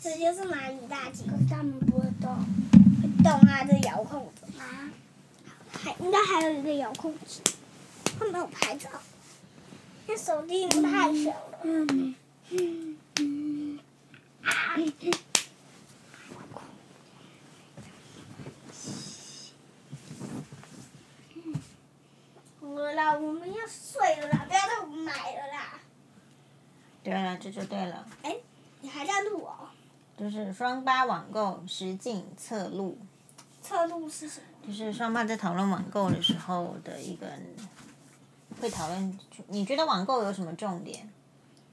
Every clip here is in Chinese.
这就是蚂蚁大姐，可是它们不会动，会动啊，这遥控的啊，还应该还有一个遥控器，它没有拍照，那手机屏幕太小了。嗯嗯嗯好了啦，我们要睡了啦，不要再买了啦。对了，这就对了，你还在录哦？就是双八网购实境测录，测录是什么？就是双八在讨论网购的时候的一个会讨论。你觉得网购有什么重点？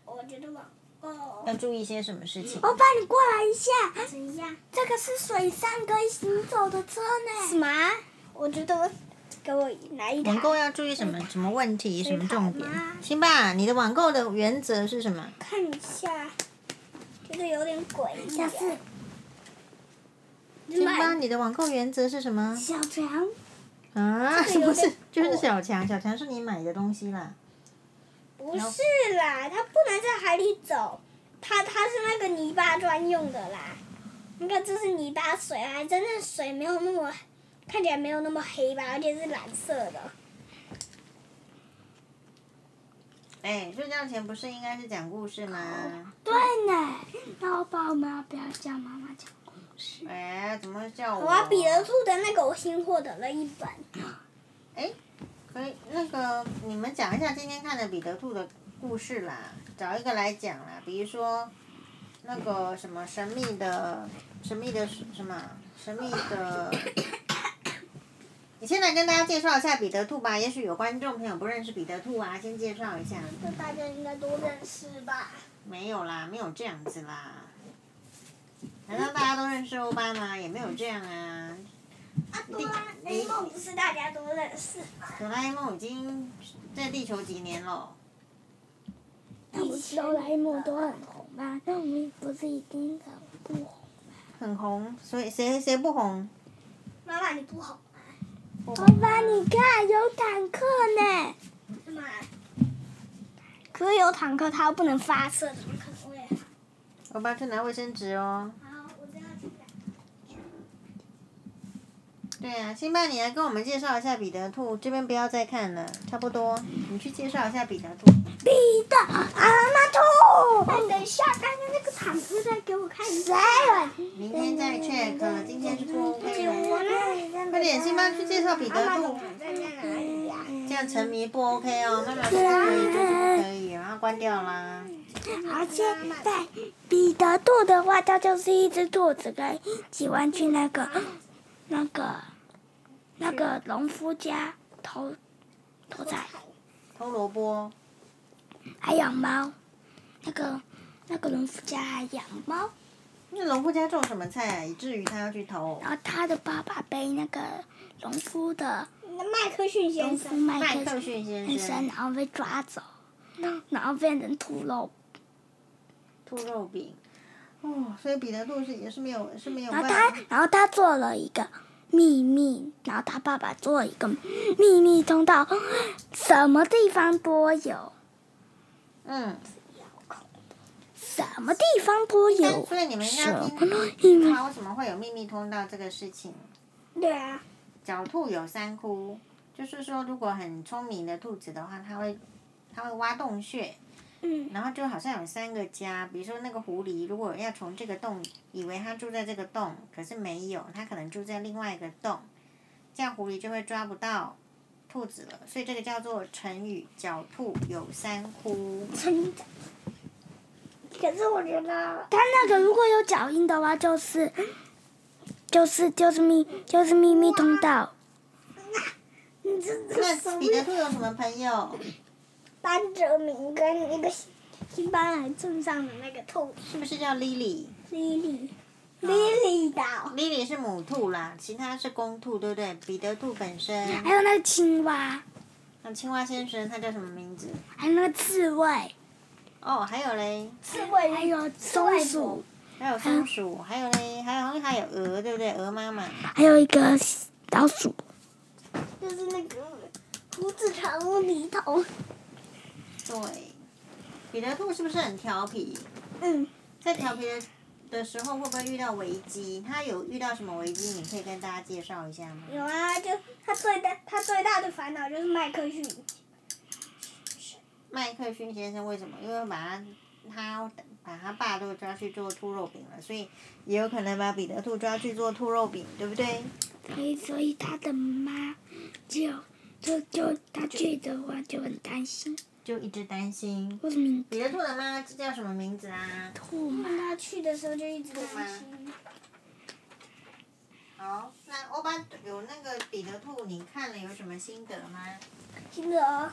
我觉得网购。要注意些什么事情？我爸，你过来一下，怎样？这个是水上可以行走的车呢。么？我觉得我给我拿一网台。购要注意什么？什么问题？什么重点水塔吗？辛巴，你的网购的原则是什么？看一下，觉得有点诡异这啊。是辛买巴，你的网购原则是什么？小强，啊，这个有不是点，就是小强，小强是你买的东西啦。不是啦，它不能在海里走，它它是那个泥巴专用的啦。那个就是泥巴水啊，真正水没有那么看起来没有那么黑吧，而且是蓝色的。哎，睡觉前不是应该是讲故事吗？对呢。那我爸，我们要不要叫妈妈讲故事？哎，怎么会叫我把彼得兔的那个我新获得了一 本，可以，那个你们讲一下今天看的彼得兔的故事啦，找一个来讲啦，比如说那个什么神秘的、神秘的什么神秘的。你先来跟大家介绍一下彼得兔吧，也许有观众朋友不认识彼得兔啊，先介绍一下。这大家应该都认识吧？没有啦，没有这样子啦。难道大家都认识欧巴吗？也没有这样啊。啊，哆啦 A 梦不是大家都认识吗？哆啦 A 梦已经在地球几年了？那不是哆啦 A 梦都很红吗？那我们不是一定很不红？很红，所以谁谁不红？妈妈，你不好吗？不爸红爸，啊你看有坦克呢。是吗？可是有坦克，它又不能发射，怎么可能会好？我帮去拿卫生纸哦。好，我知道这个。对啊，辛巴，你来跟我们介绍一下彼得兔，这边不要再看了，差不多，你去介绍一下彼得兔。彼得阿妈兔。哎，等一下，刚刚那个坦克再给我看一谁下。？明天再 check，今天是不 OK 的。呢快点，辛巴去介绍彼妈得妈，兔你，们在在哪里呀、这样沉迷不 OK 哦。妈妈不可以，就是不可以，然后关掉啦。而且在彼得兔的话，它就是一只兔子，跟喜欢去那个、那个、那个农夫家偷偷菜，偷萝卜，还养猫。那个那个农夫家还养猫，那农夫家种什么菜啊？以至于他要去偷？然后他的爸爸被那个农夫的那麦克逊农先夫生，麦麦克克逊先先生，嗯生，然后被抓走，然后变成兔肉，兔肉饼。哦，所以彼得兔是也是没有是没有然办后他法。，然后他做了一个秘密，然后他爸爸做了一个秘密通道，什么地方都有，嗯。什么地方都有。哎所以你们应该要什么听地听方他为什么会有秘密通道这个事情。对啊，狡兔有三窟，就是说如果很聪明的兔子的话，它会它会挖洞穴，嗯，然后就好像有三个家，比如说那个狐狸，如果要从这个洞，以为它住在这个洞，可是没有，它可能住在另外一个洞，这样狐狸就会抓不到兔子了。所以这个叫做成语“狡兔有三窟成长。可是我觉得，他那个如果有脚印的话，就是就是就是秘就是秘密通道。你这”。这个那什彼得么兔有什么朋友？班哲明跟那个新新班来镇上的那个兔是不是叫 Lily？ Lily Lily 岛， Lily 是母兔啦，其他是公兔，对不对？彼得兔本身，还有那个青蛙，那青蛙先生他叫什么名字？还有那个刺猬，哦，还有嘞，刺猬还有松鼠，还有松鼠，还有嘞，还有好像还有鹅，对不对？鹅妈妈，还有一个老鼠，就是那个胡子长里头，对。彼得兔是不是很调皮？嗯，在调皮的的时候会不会遇到危机？他有遇到什么危机？你可以跟大家介绍一下吗？有啊，就他最大他最大的烦恼就是麦克逊，麦克逊先生为什么？因为把他他把他爸都抓去做兔肉饼了，所以也有可能把彼得兔抓去做兔肉饼，对不对？所以所以他的妈就就就他去的话就很担心，就一直担心。为什么彼得兔的妈叫什么名字啊？吐因嘛？为他去的时候就一直担心。好，那欧巴有那个彼得兔，你看了有什么心得吗？听着哦，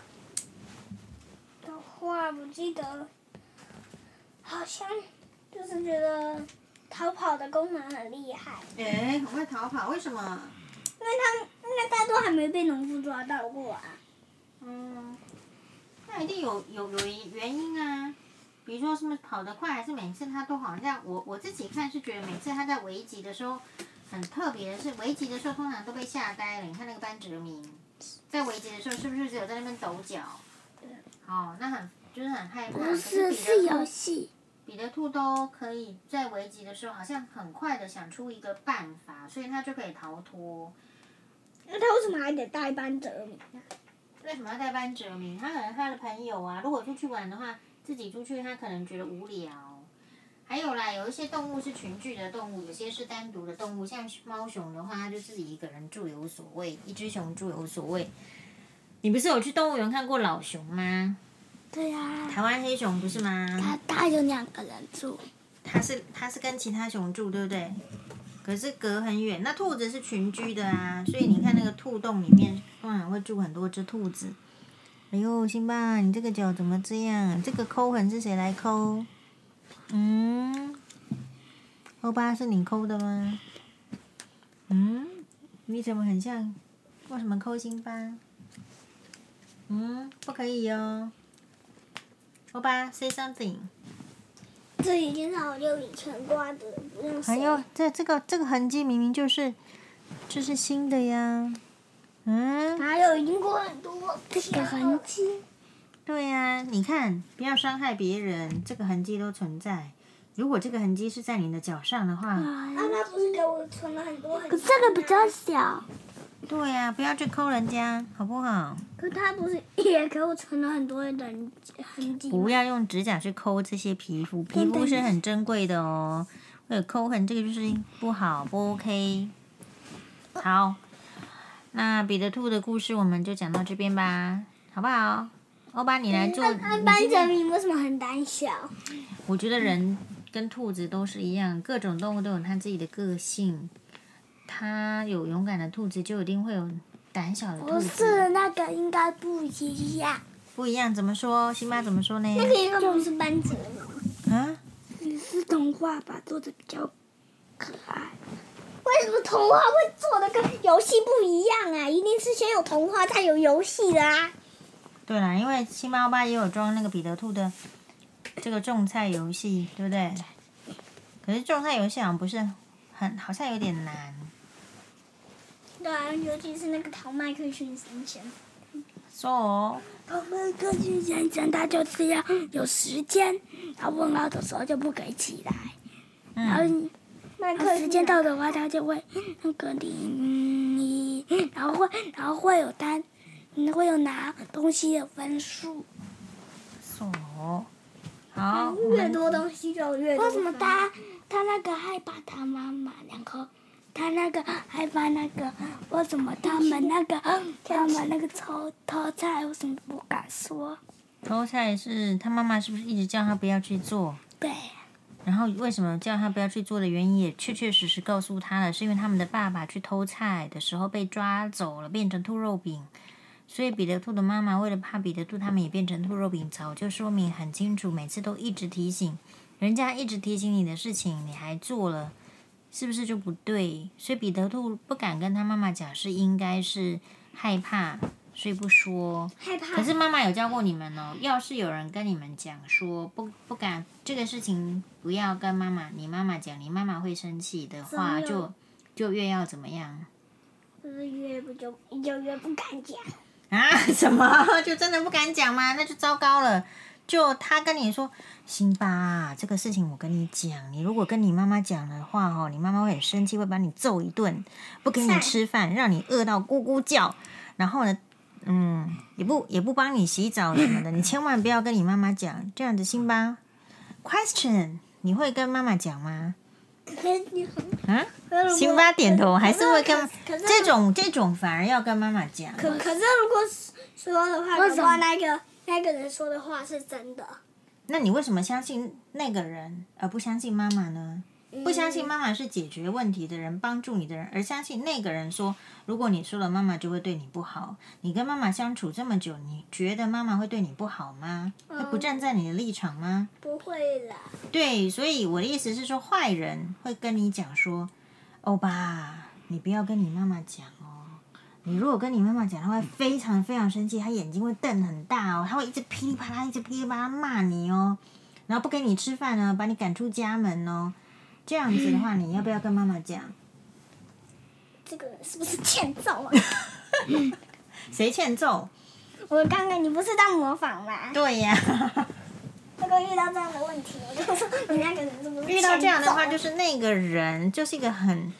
的话不记得了，好像就是觉得逃跑的功能很厉害，哎，很会逃跑，为什么？因为他们因为他都还没被农夫抓到过啊。嗯，那一定有有有一原因啊，比如说是不是跑得快，还是每次他都好像我我自己看是觉得每次他在围棋的时候很特别的是，围棋的时候通常都被吓呆了。你看那个班哲明，在围棋的时候是不是只有在那边抖脚？哦，那很就是很害怕。不是是可彼得游兔戏，彼得兔都可以在危急的时候，好像很快的想出一个办法，所以他就可以逃脱。那他为什么还得带班哲明啊？为什么要带班哲明？他可能他的朋友啊，如果出去玩的话，自己出去他可能觉得无聊。还有啦，有一些动物是群居的动物，有些是单独的动物，像猫熊的话，它就自己一个人住也无所谓，一只熊住也无所谓。你不是有去动物园看过老熊吗？对啊呀、台湾黑熊不是吗？他他有两个人住，它是它是跟其他熊住，对不对？可是隔很远，那兔子是群居的啊，所以你看那个兔洞里面，通常会住很多只兔子。哎呦，辛巴，你这个脚怎么这样？这个抠痕是谁来抠？嗯，欧巴是你抠的吗？嗯，你怎么很像？为什么抠辛巴？嗯，不可以哦。欧巴，say something。这已经是好久以前挂的，不用还有这这个这个痕迹明明就是这是新的呀，嗯，还有已经过很多这天个痕了。迹，对呀、你看不要伤害别人，这个痕迹都存在。如果这个痕迹是在你的脚上的话，啊啊，他不是给我存了很多很可这个比较小，对呀、不要去抠人家，好不好？可他不是也给我存了很多的痕痕迹不吗？要用指甲去抠这些皮肤，皮等等肤是很珍贵的哦。会有抠痕，这个就是不好，不 OK。好，那彼得兔的故事我们就讲到这边吧，好不好？欧巴，你来做。那那你嗯班今哲天明为什么很胆小？我觉得人跟兔子都是一样，各种动物都有它自己的个性。它有勇敢的兔子，就一定会有胆小的兔不子。是那个应该不一样，不一样，怎么说？辛巴怎么说呢？那个应该不是班哲明，啊，你是童话吧做的比较可爱，为什么童话会做的跟游戏不一样啊？一定是先有童话，再有游戏的啊！对啦，因为辛巴欧巴也有装那个彼得兔的这个种菜游戏，对不对？可是种菜游戏好像不是很，好像有点难。对啊，尤其是那个陶麦克逊先生， So，我们科学先生他就是要有时间，他问号的时候就不可以起来，然后嗯，你麦然后克时逊间啊到的话，他就会那个你你，然后会然后会有单，嗯会有拿东西的分数。 so，好，我越们多东西就有越多。为什么？他他那个害怕他妈妈，然后他那个害怕那个为什么他们那个他们那个偷偷菜为什么不敢说？偷菜是他妈妈是不是一直叫他不要去做？对，然后为什么叫他不要去做的原因，也确确实实告诉他了，是因为他们的爸爸去偷菜的时候被抓走了，变成兔肉饼。所以彼得兔的妈妈为了怕彼得兔他们也变成兔肉饼，早就说明很清楚，每次都一直提醒人家一直提醒你的事情，你还做了，是不是就不对？所以彼得兔不敢跟他妈妈讲，是应该是害怕，所以不说。害怕。可是妈妈有教过你们哦，要是有人跟你们讲说不不敢这个事情，不要跟妈妈，你妈妈讲，你妈妈会生气的话，怎么就就越要怎么样就是越不就就越不敢讲。 啊？什么？就真的不敢讲吗？那就糟糕了。就他跟你说，辛巴，这个事情我跟你讲，你如果跟你妈妈讲的话哦，你妈妈会很生气，会把你揍一顿，不给你晒吃饭，让你饿到咕咕叫，然后呢，嗯，也不也不帮你洗澡什么的，你千万不要跟你妈妈讲，这样子，辛巴。Question，你会跟妈妈讲吗？可是你啊？可是如果辛巴点头，还是会跟可是这种这种反而要跟妈妈讲。可可是如果说的话，为搞不什么好那个那个人说的话是真的。那你为什么相信那个人，而不相信妈妈呢？嗯不相信妈妈是解决问题的人，帮助你的人，而相信那个人说，如果你说了，妈妈就会对你不好。你跟妈妈相处这么久，你觉得妈妈会对你不好吗？会不站在你的立场吗？不会啦，对，所以我的意思是说，坏人会跟你讲说：“欧巴，你不要跟你妈妈讲哦。你如果跟你妈妈讲，她会非常非常生气，她眼睛会瞪很大哦，她会一直噼里啪啦，一直噼里啪啦骂你哦，然后不给你吃饭呢，把你赶出家门哦。这样子的话，你要不要跟妈妈讲？这个人是不是欠揍啊？ 谁欠揍？我刚刚你不是在模仿吗？对呀、 如果遇到这样的问题，我就说 你那个人是不是遇到这样的话，就是是那个人就是一个很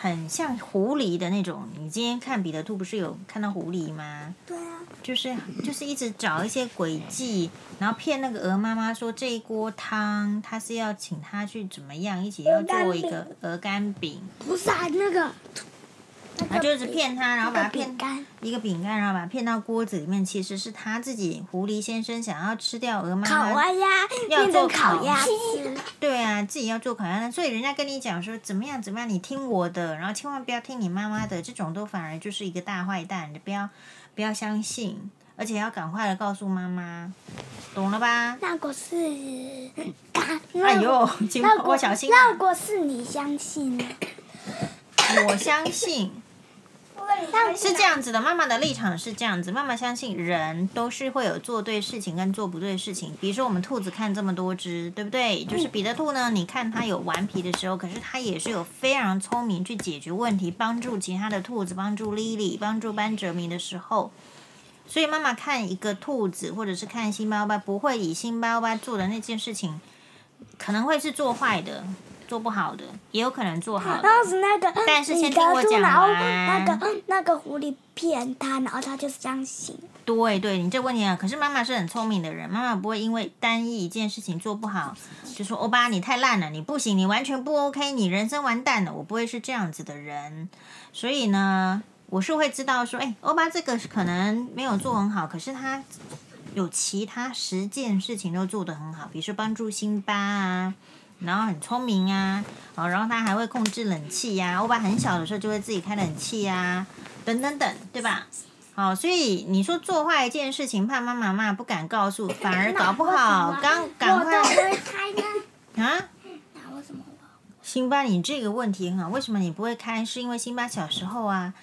很像狐狸的那种。你今天看彼得兔不是有看到狐狸吗？对啊，就是就是一直找一些诡计，然后骗那个鹅妈妈说这一锅汤，她是要请她去怎么样，一起要做一个鹅肝饼，不是啊，那个那她个就是骗她，然后那把她个骗饼干，一个饼干，然后把它骗到锅子里面，其实是他自己狐狸先生想要吃掉鹅妈烤妈，啊鸭要变做成烤烤鸭吃，对啊，自己要做烤鸭，所以人家跟你讲说怎么样怎么样，你听我的，然后千万不要听你妈妈的，这种都反而就是一个大坏蛋，你不要不要相信，而且要赶快的告诉妈妈，懂了吧？那个是干。哎呦，请那我果小心啊！那果是你相信呢？我相信但 是这样子的，妈妈的立场是这样子，妈妈相信人都是会有做对事情跟做不对的事情。比如说我们兔子看这么多只，对不对？就是彼得兔呢，你看它有顽皮的时候，可是它也是有非常聪明去解决问题，帮助其他的兔子，帮助 Lily，帮助班哲明的时候。所以妈妈看一个兔子，或者是看辛巴巴，不会以辛巴巴做的那件事情，可能会是做坏的，做不好的，也有可能做好的。当时那个但是彼先得听我兔，讲啊然后完那个那个狐狸骗他，然后他就是这样醒。对对，你这个问题啊，可是妈妈是很聪明的人，妈妈不会因为单一一件事情做不好，就说欧巴你太烂了，你不行，你完全不 OK，你人生完蛋了。我不会是这样子的人，所以呢，我是会知道说，哎，欧巴这个是可能没有做很好，可是他有其他十件事情都做得很好，比如说帮助辛巴啊，然后很聪明啊，哦，然后他还会控制冷气呀、欧巴很小的时候就会自己开冷气呀、等等等，对吧？好，所以你说做坏一件事情，怕妈妈骂不敢告诉，反而搞不好，刚赶我快都不会开呢，啊！那为什么辛巴，你这个问题很好，为什么你不会开？是因为辛巴小时候啊，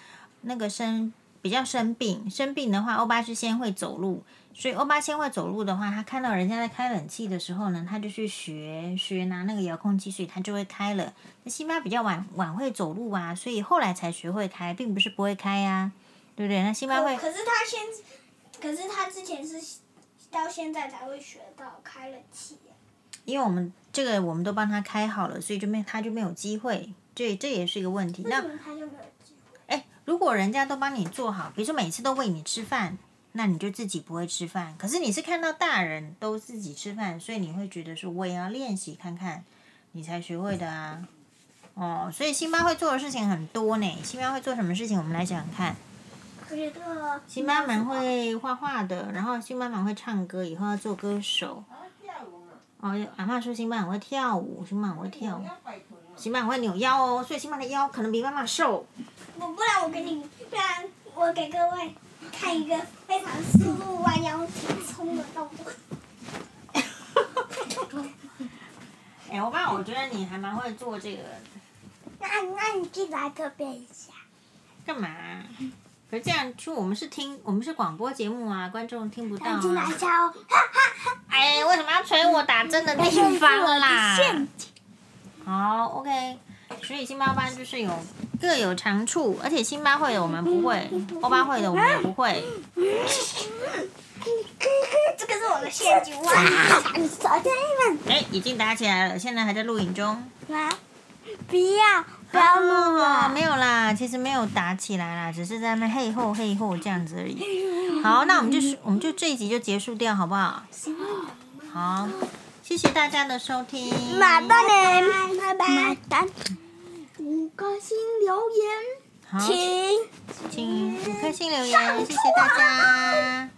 那个生比较生病，生病的话，欧巴是先会走路，所以欧巴先会走路的话，他看到人家在开冷气的时候呢，他就去学学拿那个遥控器，所以他就会开了。那辛巴比较晚晚会走路啊，所以后来才学会开，并不是不会开呀、对不对？那辛巴会可可是他先，可是他之前是到现在才会学到开冷气。啊因为我们这个我们都帮他开好了，所以就没他就没有机会，这这也是一个问题。为那什么他就没有机会？哎，如果人家都帮你做好，比如说每次都喂你吃饭，那你就自己不会吃饭。可是你是看到大人都自己吃饭，所以你会觉得说我也要练习看看，你才学会的啊。哦，所以辛巴会做的事情很多呢。辛巴会做什么事情？我们来想想看。我觉得辛巴蛮会画画的，然后辛巴蛮会唱歌，以后要做歌手。哦，阿妈说辛巴很会跳舞，辛巴很会跳舞，辛巴很会扭腰哦，所以辛巴的腰可能比妈妈瘦。我不然我给你，不然我给各位看一个非常速度弯腰挺胸的动 作。哎、我爸，我觉得你还蛮会做这个，那那你进来这边一下。干嘛、可是这样说，我们是听我们是广播节目啊，观众听不到进来一啊。下哦，哎，为什么要捶我打针的地方啦？好，OK。所以辛巴班就是有各有长处，而且辛 巴会的我们不会，欧巴会的我们也不会。可以可以这个是我的陷阱，啊哇！你少点一碗哎，已经打起来了，现在还在录影中。来，不要不要录哦了没。有啦，其实没有打起来啦，只是在那嘿吼嘿吼这样子而已。好，那我们就是我们就这一集就结束掉，好不好？好，谢谢大家的收听。马到你，拜买拜，单，五颗星留言。好，请。请五颗星留言，谢谢大家。